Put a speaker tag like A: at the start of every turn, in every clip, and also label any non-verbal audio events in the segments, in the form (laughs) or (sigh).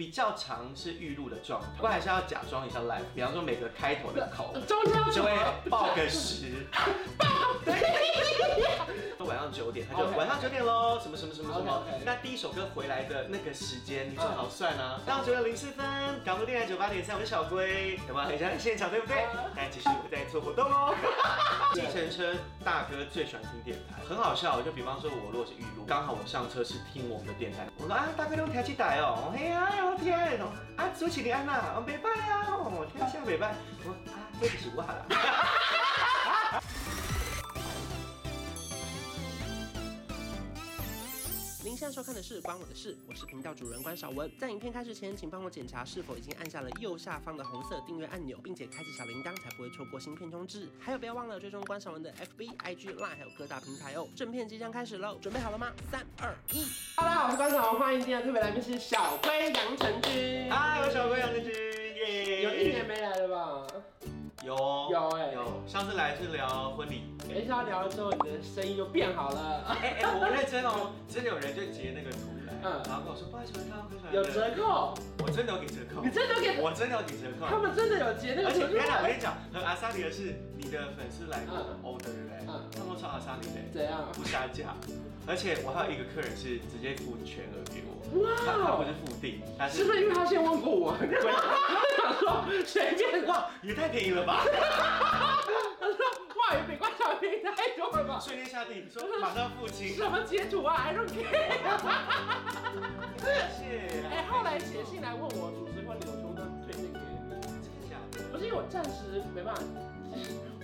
A: 比较常是预录的状态，不过还是要假装一下 live。比方说每个开头的口
B: 中间
A: 就
B: 就
A: 会
B: 会
A: 报个时，对，晚上九点，他就
B: OK
A: 晚上九点喽，什么什么什么什么
B: OK，OK。
A: 那第一首歌回来的那个时间，你最好算啊。到九点零四分，港播电台九八点三，我是小龟，有没有很像在现场，对不对
B: 嗯？
A: 但其实我在做活动哦。计程车大哥最喜欢听电台，很好笑。就比方说，我如果是预录，刚好我上车是听我们的电台，我说啊，大哥用调起台哦，嘿啊，我天哦，啊，主持人安娜，我北拜啊，我天下北拜，我啊，这个是我啦。
B: 您现在收看的是《关我的事》，我是频道主人关少文。在影片开始前，请帮我检查是否已经按下了右下方的红色订阅按钮，并且开启小铃铛，才不会错过新片通知。还有，不要忘了追踪关少文的 FB、IG、Line，还有各大平台哦。正片即将开始喽，准备好了吗？三、二、一。哈喽，大家好，我是关少文，欢迎今天的特别来宾是小龟杨成军。
A: 嗨，我是小龟杨振军，耶！
B: 有一年没来了吧？
A: 有
B: 有欸
A: 有，上次来是聊婚礼。
B: 没想到聊了之后，你的声音就变好了，
A: 哎哎，我认真哦，真的有人就截那个图来，
B: 嗯
A: 然后跟我说不好意思，我看到亏损
B: 有折扣，
A: 我真的有给折扣
B: 你，真的给
A: 我真的有给折
B: 他
A: 扣。
B: 们真的有截那
A: (laughs)
B: 个
A: 而
B: (laughs)
A: 且
B: 折扣
A: 原来我跟你讲，和阿萨里的是你的粉丝来
B: 嗯
A: order 对不对？
B: 嗯
A: 他们说阿萨里的
B: 怎样？
A: 不加价，而且我还有一个客人是直接付全额给我，他他不
B: 哇
A: 是，付定，他是
B: 是不是因为他先问过我？ (laughs)
A: 对
B: 想说随便哇，
A: 哇也太便宜了吧，
B: 他说哇，也比关小平太多了吧？
A: 瞬间下定，说马上付清，
B: 什么截图啊？I don't care。
A: 谢谢。
B: 哎，后来写信来问我主持婚礼，我全部都推荐给你，
A: 真的假的
B: 不是因为我暂时没办法，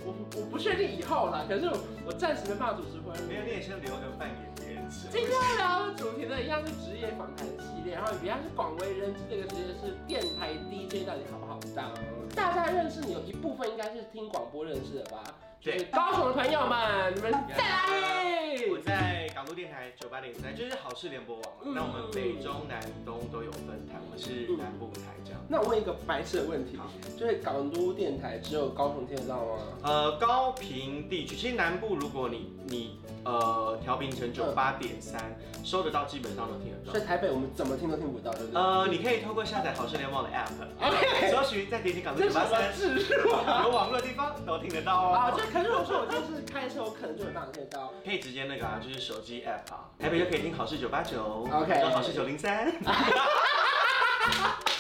B: 我我不确定以后啦，可是我暂时没办法主持婚礼。
A: 没有，你也先留个饭给别人吃。
B: 今天要聊的主题呢，一样是职业访谈系列，然后一样是广为人知这个职业是电台 DJ 到底好不好当？大家认识你有一部分应该是听广播认识的吧？就是
A: 对
B: 高雄的朋友们，你们在哪
A: (laughs) 我
B: 里？
A: 在港都电台九八点三，就是好事联播网嘛。
B: 嗯
A: 那我们北中南东都有分台，我们是南部台这样。
B: 那我问一个白痴的问题
A: 好，
B: 就是港都电台只有高雄听得到吗？
A: 呃，高频地区，其实南部如果你你呃调频成九八点三，收得到基本上都听得
B: 所
A: 到。
B: 以台北我们怎么听都听不到，对不对？
A: 呃，你可以透过下载好事联网的
B: OK (laughs)
A: app，搜寻在点击港都
B: 这
A: 九
B: 是什
A: 八
B: 么
A: 三，
B: 指数啊？
A: 有网络的地方都听得到
B: 啊，
A: 哦。
B: 这可是我说我就是开车，我可能就有办法听得到。
A: 可以直接那个啊，就是手机 app 啊，台北就可以听好事九八九
B: OK
A: 好事九零三。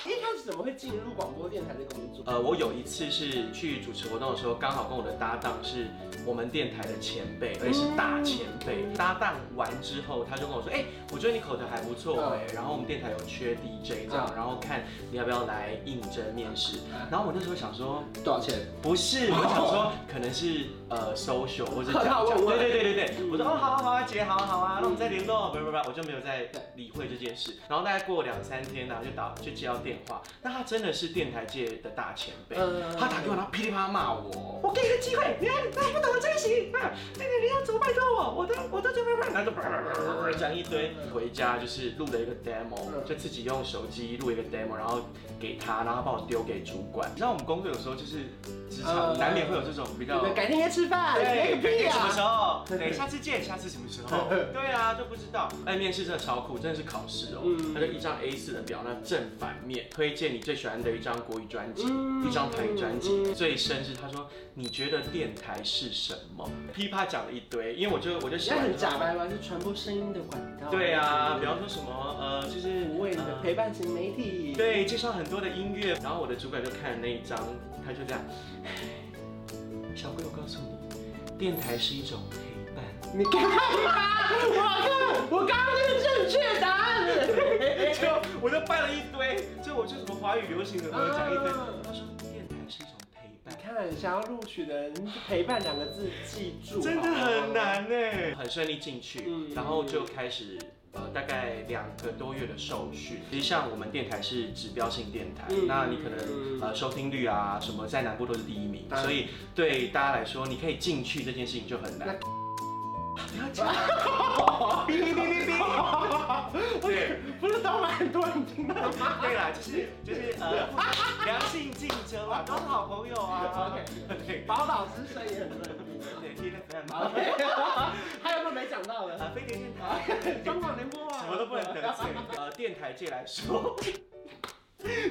B: 一开始怎么会进入广播电台的工作？
A: 呃，我有一次是去主持活动的时候，刚好跟我的搭档是我们电台的前辈，而且是大前辈。搭档完之后，他就跟我说：“哎、我觉得你口条还不错哎、然后我们电台有缺 DJ 这样，
B: 嗯
A: 然后看你要不要来应征面试。”然后我那时候想说，
B: 多少钱？
A: 不是，我想说可能是呃 social 或者讲
B: 很好
A: 讲，
B: 问
A: 对对对对对，我说哦好啊好啊姐好啊好啊，那我们再联络，不不不，我就没有再理会这件事。然后大概过两三天呢，就打就接到电话，那他真的是电台界的大前辈，
B: 嗯
A: 他打给我，然后噼里啪啦骂我，我给你个机会，你看你还不懂得珍惜，啊，那个你要怎么拜托我，我都我都准备然后就啪啪啪啪啪讲一堆，回家就是录了一个 demo，
B: 嗯
A: 就自己用手机录一个 demo，然后给他，然后帮我丢给主管。你知道我们工作有时候就是职场
B: 嗯
A: 难免会有这种比较。
B: 对，改天约吃饭，
A: 对，
B: 改
A: 改
B: 天
A: 天什么时
B: 啊！
A: 候？对，下次见，下次什么时
B: (laughs)
A: 候？对啊，都不知道。哎，面试真的超酷，真的是考试哦
B: 嗯。
A: 那就一张 A 4的表，那正反面，推荐你最喜欢的一张国语专辑，
B: 嗯
A: 一张台语专辑。
B: 嗯
A: 最深是他说，你觉得电台是什么？噼啪讲了一堆，因为我就我就
B: 你
A: 喜
B: 要
A: 欢
B: 很假。白吗？是传播声音的管道。
A: 对啊，比方说什么呃，就是
B: 抚慰你的
A: 呃
B: 陪伴型媒体。，
A: 对，介绍很多的音乐，然后我的主管就看了那一张，他就这样，唉小龟，我告诉你，电台是一种陪伴。
B: 你看吧， (laughs) 我看我刚刚那个正确答案。
A: 就我就办了一堆，就我就什么华语流行的歌讲一堆
B: 嗯。
A: 他说电台是一种陪
B: 你
A: 伴，
B: 看，想要录取的人，陪伴两个字记住，
A: 真的很。难欸呢，很顺利进去
B: 嗯，
A: 然后就开始。呃，大概两个多月的受训，其实像我们电台是指标性电台，
B: 嗯
A: 那你可能呃收听率啊什么在南部都是第一名，所以对大家来说，你可以进去这件事情就很
B: (laughs)
A: 难。不要讲， (laughs) 哔哔哔哔哔，对。
B: 不是都蛮多人听到吗
A: 对啦，就是就是呃，良性竞争啊，都是好朋友啊。
B: OK
A: 对
B: 宝岛之声也很多人听到。
A: 对，听得
B: (laughs)
A: FM
B: 好
A: 啊，
B: ，OK 还有没有没讲到
A: (laughs)
B: 的？
A: 飞碟电
B: 啊
A: 台，
B: 中广联播啊，
A: 什么都不能得罪。呃，电台界来说，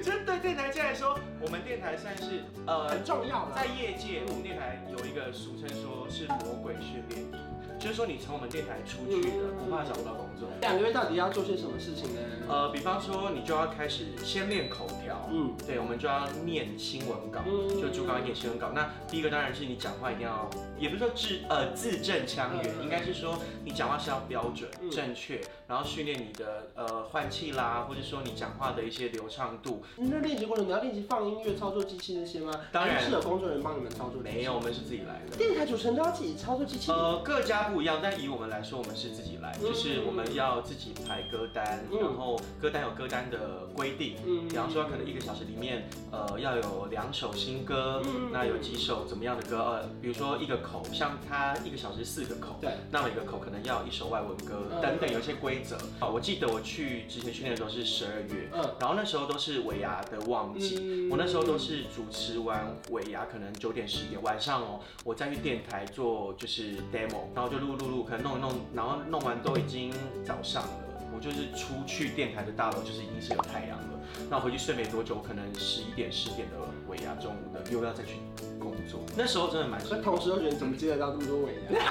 A: 真的电台界来说，我们电台算是呃
B: 很重要啊啦
A: 在。业界，我们电台有一个俗称说是魔鬼训练营，就是说你从我们电台出去的，不怕找不到工作。
B: 两个月到底要做些什么事情呢？
A: 呃，比方说你就要开始先练口条，
B: 嗯
A: 对，我们就要念新闻稿，
B: 嗯
A: 就主稿念新闻稿。那第一个当然是你讲话一定要，也不是说字呃字正腔圆
B: 嗯，
A: 应该是说你讲话是要标准
B: 嗯
A: 正确，然后训练你的呃换气啦，或者说你讲话的一些流畅度。
B: 那练习过程你要练习放音乐、操作机器那些吗？
A: 当然
B: 还是有工作人员帮你们操作。
A: 没有，。我们是自己来的。
B: 电台主持人都要自己操作机器。
A: 呃，各家不一样，但以我们来说，我们是自己来，就是我们要自己排歌单，
B: 嗯
A: 然后歌单有歌单的规定，
B: 嗯
A: 比方说可能一个小时里面，呃，要有两首新歌，
B: 嗯
A: 那有几首怎么样的歌？呃，比如说一个口，像它一个小时四个口。
B: 对，
A: 那每个口可能要有一首外文歌
B: 嗯
A: 等等，有一些规则啊。我记得我去之前训练的时候是十二月，
B: 嗯
A: 然后那时候都是尾牙的旺季，
B: 嗯
A: 我那时候都是主持完尾牙，可能九点十点晚上哦，我再去电台做就是 demo，然后就录录录，可能弄一弄，然后弄完都已经早上了，我就是出去电台的大楼就是已经是有太阳了，那我回去睡没多久，可能十一点十点的尾牙，中午的又要再去工作，那时候真的蛮辛
B: 所以
A: 苦
B: 同时都觉得怎么接得到这么多尾牙？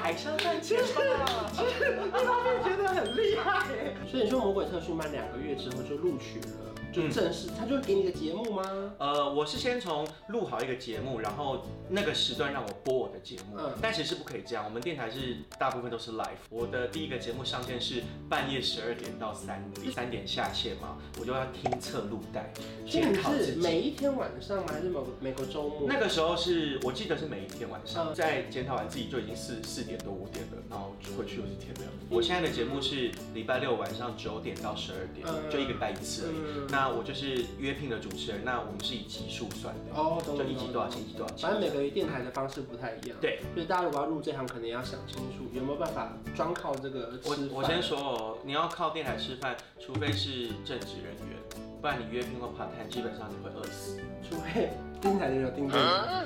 A: 海上战车啊，
B: 一方面觉得很厉害。所以你说魔鬼特训班两个月之后就录取了，就正式，他就给你个节目吗？
A: 呃，我是先从录好一个节目，然后那个时段让我播我的节目，
B: 嗯
A: 但其实不可以这样。我们电台是大部分都是 live，我的第一个节目上线是半夜十二点到三点，三点下线嘛，我就要听测录带，
B: 所以
A: 监
B: 你
A: 考
B: 是
A: 自己。
B: 每一天晚上吗？还是某个每个周末？
A: 那个时候是我记得是每一天晚上，
B: 哦嗯
A: 在检讨完自己就已经四四点多五点了，然后回去又是天亮。我现在的节目是礼拜六晚上九点到十二点，
B: 嗯
A: 就一个礼拜一次而已。
B: 嗯
A: 那我就是约聘的主持人，那我们是以集数算的。
B: 哦，懂
A: 就
B: 懂
A: 一集
B: 懂
A: 多少钱，一集多少钱。
B: 反正每个电台的方式不太一样，
A: 对，
B: 所以大家如果要入这行，可能也要想清楚有没有办法专靠这个吃
A: 我
B: 饭。
A: 我先说哦，你要靠电台吃饭，除非是正职人员，不然你约聘或 part time，基本上你会饿死。
B: 除非电台的人有订阅
A: 啊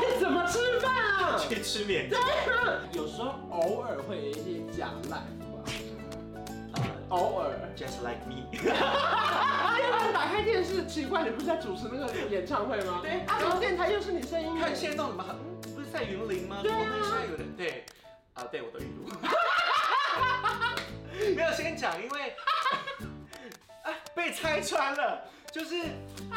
B: 你，你怎么吃饭
A: (laughs)
B: 啊？
A: 去吃免费。
B: 有时候偶尔会有一些假赖吧，
A: 呃
B: 偶尔。
A: Just like me，
B: 啊！要不然打开电视，奇怪，你不是在主持那个演唱会吗？
A: 对
B: 啊，然后电台又是你声音。
A: 看现动你们很，嗯不是在云林吗？
B: 对啊
A: 我们现在有点对，啊，对我的语录。 (laughs) 没有先讲，因为 (laughs) 啊被拆穿了，就是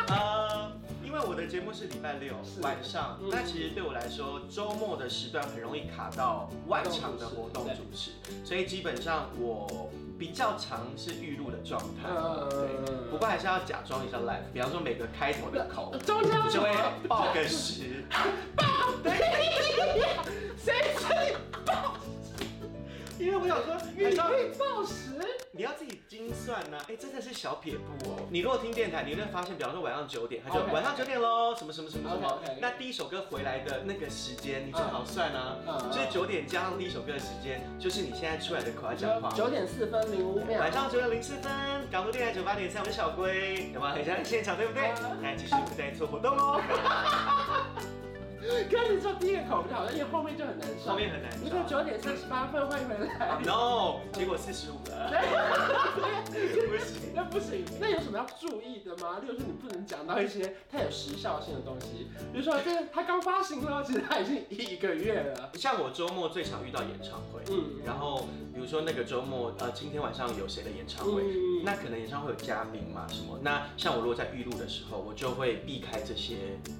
A: 呃，因为我的节目是礼拜六
B: 是
A: 晚上
B: 嗯，
A: 那其实对我来说，周末的时段很容易卡到外场的活动主持，所以基本上我比较常是预录的状态。对，不
B: 呃，
A: 过还是要假装一下 live，比方说每个开头的口
B: 中间要
A: 就
B: 怎
A: 会
B: 么？
A: 报
B: (laughs)
A: 个时。
B: 谁说
A: (laughs) 因为我想说，
B: 你
A: 还是要
B: 可以报时？
A: 你要自己精算呐、哎、真的是小撇步哦。你如果听电台，你会发现，比方说晚上九点，他就
B: OK
A: 晚上九点喽，什么什么什么什么。
B: OK，OK
A: 那第一首歌回来的那个时间，你最好算啊，
B: 嗯
A: 就是九点加上第一首歌的时间，就是你现在出来的口要讲话。
B: 九点四分零五秒。
A: 晚上九点零四分，港都电台九八点三，我是小龟，有吗？很像现场，对不对
B: 嗯？
A: 那继续不带错活动哦，
B: 跟你说第一个口不好，因为后面就很难上。
A: 后面很难
B: 你说
A: 找。
B: 九点三十八分欢迎回来。 (laughs)
A: No，结果四十五 (laughs) 了，不行。
B: 那不行，那有什么要注意的吗？例如说，你不能讲到一些太有时效性的东西，比如说这个它刚发行了，其实它已经一个月了。
A: 像我周末最常遇到演唱会，
B: 嗯
A: 然后比如说那个周末，呃，今天晚上有谁的演唱会？
B: 嗯
A: 那可能演唱会有嘉宾嘛什么？那像我如果在预录的时候，我就会避开这些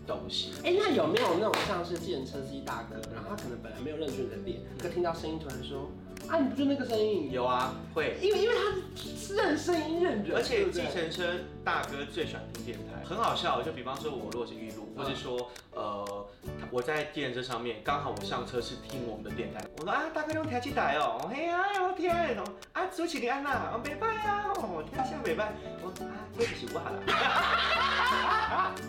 A: 东西。
B: 哎、那有没有那种像是计程车司机大哥，然后他可能本来没有认出你的脸，可听到声音突然说，啊，你不就那个声音？
A: 有啊，会。
B: 因为因为他是认声音认人，
A: 而
B: 对
A: 且
B: 不
A: 计
B: 对
A: 程车大哥最喜欢听电台，很好笑。就比方说，我如果是预录，
B: 嗯
A: 或是说，呃，我在计程车上面，刚好我上车是听我们的电台，我说啊，大哥用台机台哦，嘿啊，我天哦，啊，主持人安娜，我袂歹啊，哦，听下袂歹，我说啊，这就是我啦。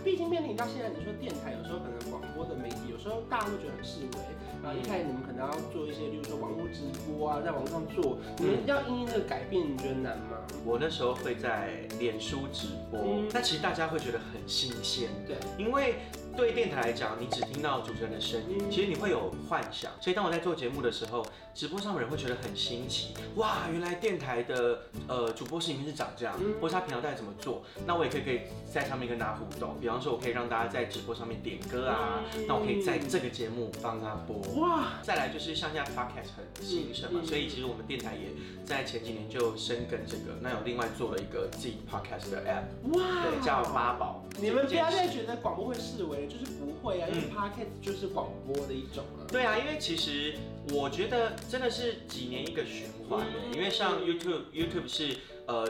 B: 毕竟面临到现在，你说电台有时候可能广播的媒体，有时候大家会觉得很示威，然后一开始你们可能要做一些，例如说网络直播啊，在网上做，你们要因应这个改变，你觉得难吗？
A: 我那时候会在脸书直播
B: 嗯，
A: 那其实大家会觉得很新鲜，
B: 对，
A: 因为对电台来讲，你只听到主持人的声音，
B: 嗯
A: 其实你会有幻想。所以当我在做节目的时候，直播上的人会觉得很新奇，哇，原来电台的呃主播室里面是长这样，
B: 嗯
A: 或是他平常在怎么做，那我也可以可以在上面跟大家互动。比方说，我可以让大家在直播上面点歌啊，
B: 嗯
A: 那我可以在这个节目帮他播。
B: 哇，
A: 再来就是像现在 podcast 很兴盛嘛，
B: 嗯嗯嗯
A: 所以其实我们电台也在前几年就深耕这个，那有另外做了一个自己 podcast 的 app，
B: 哇，
A: 对，叫八宝。
B: 啊你们不要
A: 这件
B: 再
A: 事
B: 觉得广播会视为，就是不会啊，因为
A: 嗯
B: podcast 就是广播的一种啊。
A: 对啊，因为其实我觉得真的是几年一个循环的，
B: 嗯
A: 因为像 YouTube YouTube 是呃，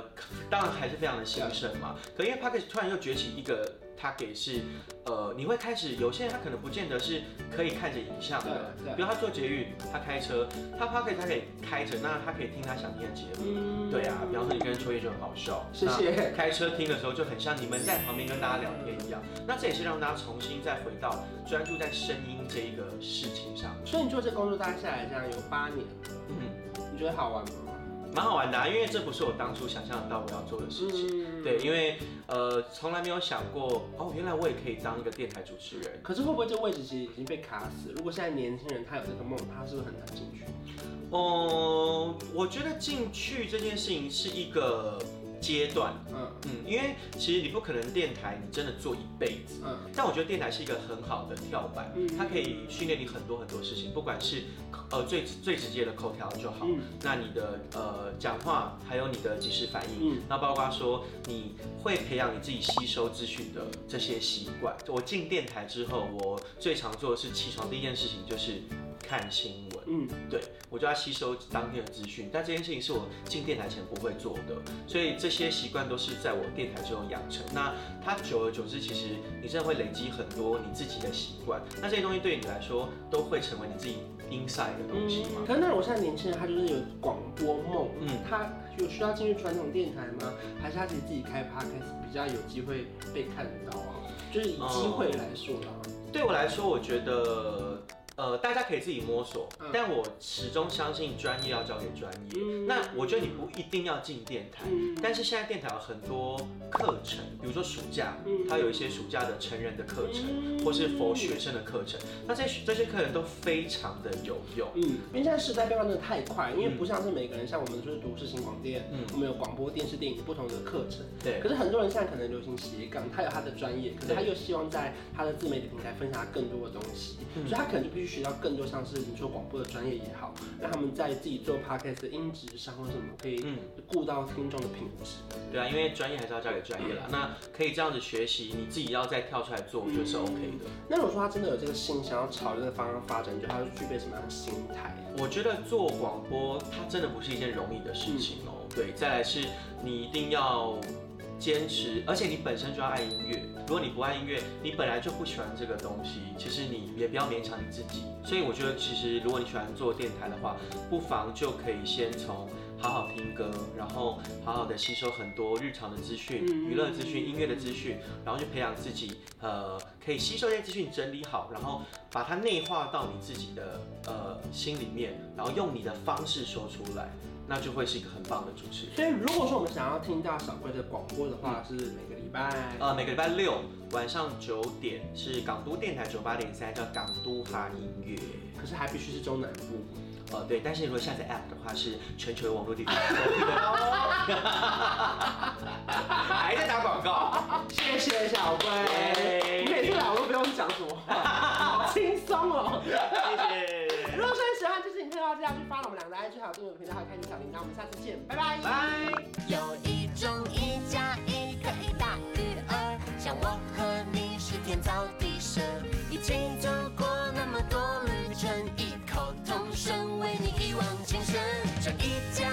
A: 当然还是非常的兴盛嘛，可因为 podcast 突然又崛起一个。它给是，呃，你会开始有些人他可能不见得是可以看着影像的
B: 对对，
A: 比如他做捷运，他开车，他 p o c a s t 他可以开着，那他可以听他想听的节目，
B: 嗯
A: 对啊，比方说你跟秋叶就很好笑，
B: 谢谢。
A: 那开车听的时候就很像你们在旁边跟大家聊天一样，那这也是让大家重新再回到专注在声音这一个事情上，
B: 所以你做这工作大概下来这样有八年了，
A: 嗯，
B: 你觉得好玩吗？
A: 蛮好玩的、啊，因为这不是我当初想象得到我要做的事情，
B: 嗯
A: 对，。因为呃从来没有想过哦，原来我也可以当一个电台主持人，
B: 可是会不会这位置其实已经被卡死？如果现在年轻人他有这个梦，他是不是很难进去？
A: 哦、我觉得进去这件事情是一个阶段，
B: 嗯
A: 嗯，因为其实你不可能电台你真的做一辈子。
B: 嗯
A: 但我觉得电台是一个很好的跳板
B: 嗯，
A: 它可以训练你很多很多事情，不管是呃最最直接的口条就好，
B: 嗯
A: 那你的呃讲话，还有你的即时反应，
B: 嗯，
A: 那包括说你会培养你自己吸收资讯的这些习惯。我进电台之后，我最常做的是起床第一件事情就是看新闻。
B: 嗯，
A: 对我就要吸收当天的资讯，但这件事情是我进电台前不会做的，所以这些习惯都是在我电台之后养成。那它久而久之，其实你真的会累积很多你自己的习惯，那这些东西对你来说都会成为你自己 inside 的
B: 嗯
A: 东西吗？
B: 可是那我现在年轻人他就是有广播梦，
A: 嗯
B: 他有需要进去传统电台吗？还是他其实自己开 podcast 比较有机会被看到啊？就是以机会来说啦，
A: 对我来说，我觉得。呃，大家可以自己摸索，
B: 嗯
A: 但我始终相信专业要交给专业。
B: 嗯
A: 那我觉得你不一定要进电台，
B: 嗯，
A: 但是现在电台有很多课程，比如说暑假，
B: 嗯
A: 它有一些暑假的成人的课程，
B: 程
A: 或是佛学，生的课程，那这些这些课程都非常的有用。
B: 嗯，因为现在时代变化真的太快，因为
A: 嗯
B: 不像是每个人，像我们就是读视新广电，
A: 嗯，
B: 我们有广播电视电影不同的课程。
A: 对
B: 可是很多人现在可能流行斜杠，他有他的专业，可是
A: 对
B: 他又希望在他的自媒体平台分享更多的东西，
A: 嗯
B: 所以他可能就必须学到更多，像是你说广播的专业也好，让他们在自己做 podcast 的音质上或者什么可以
A: 嗯，
B: 顾到听众的品质。
A: 对啊，因为专业还是要交给专业啦。那可以这样子学习，你自己要再跳出来做，我觉得是 OK 的。
B: 那如果说他真的有这个心，想要朝这个方向发展，你觉得他是具备什么样的心态？
A: 我觉得做广播它真的不是一件容易的事情哦。对，再来是你一定要坚持，而且你本身就要爱音乐。如果你不爱音乐，你本来就不喜欢这个东西，其实你也不要勉强你自己。所以我觉得，其实如果你喜欢做电台的话，不妨就可以先从好好听歌，然后好好的吸收很多日常的资讯、
B: 嗯
A: 娱乐资讯、音乐的资讯，然后去培养自己，呃，可以吸收这些资讯，整理好，然后把它内化到你自己的呃心里面，然后用你的方式说出来，那就会是一个很棒的主持人。
B: 所以如果说我们想要听到小龟的广播的话，
A: 嗯
B: 是每个礼拜。
A: 呃，每个礼拜六晚上九点是港都电台九八点三，叫港都哈音乐。
B: 可是还必须是中南部，
A: 呃，对，但是如果下载 App 的话，是全球网络 (laughs) 地方。还在打广告。
B: 谢谢小龟，
A: 耶
B: 你每次来我都不用讲什么话，好轻松哦。
A: 谢
B: 如。果说你喜欢这支影片的话，记得要去 follow 我们两个的 IG 还有订阅我们的频道，还有开启小铃铛。我们下次见，拜拜。
A: 拜。
C: 有一种一加一可以大于二，像我和你是天造地设，一起走过那么多旅程，异口同声为你一往情深。这一加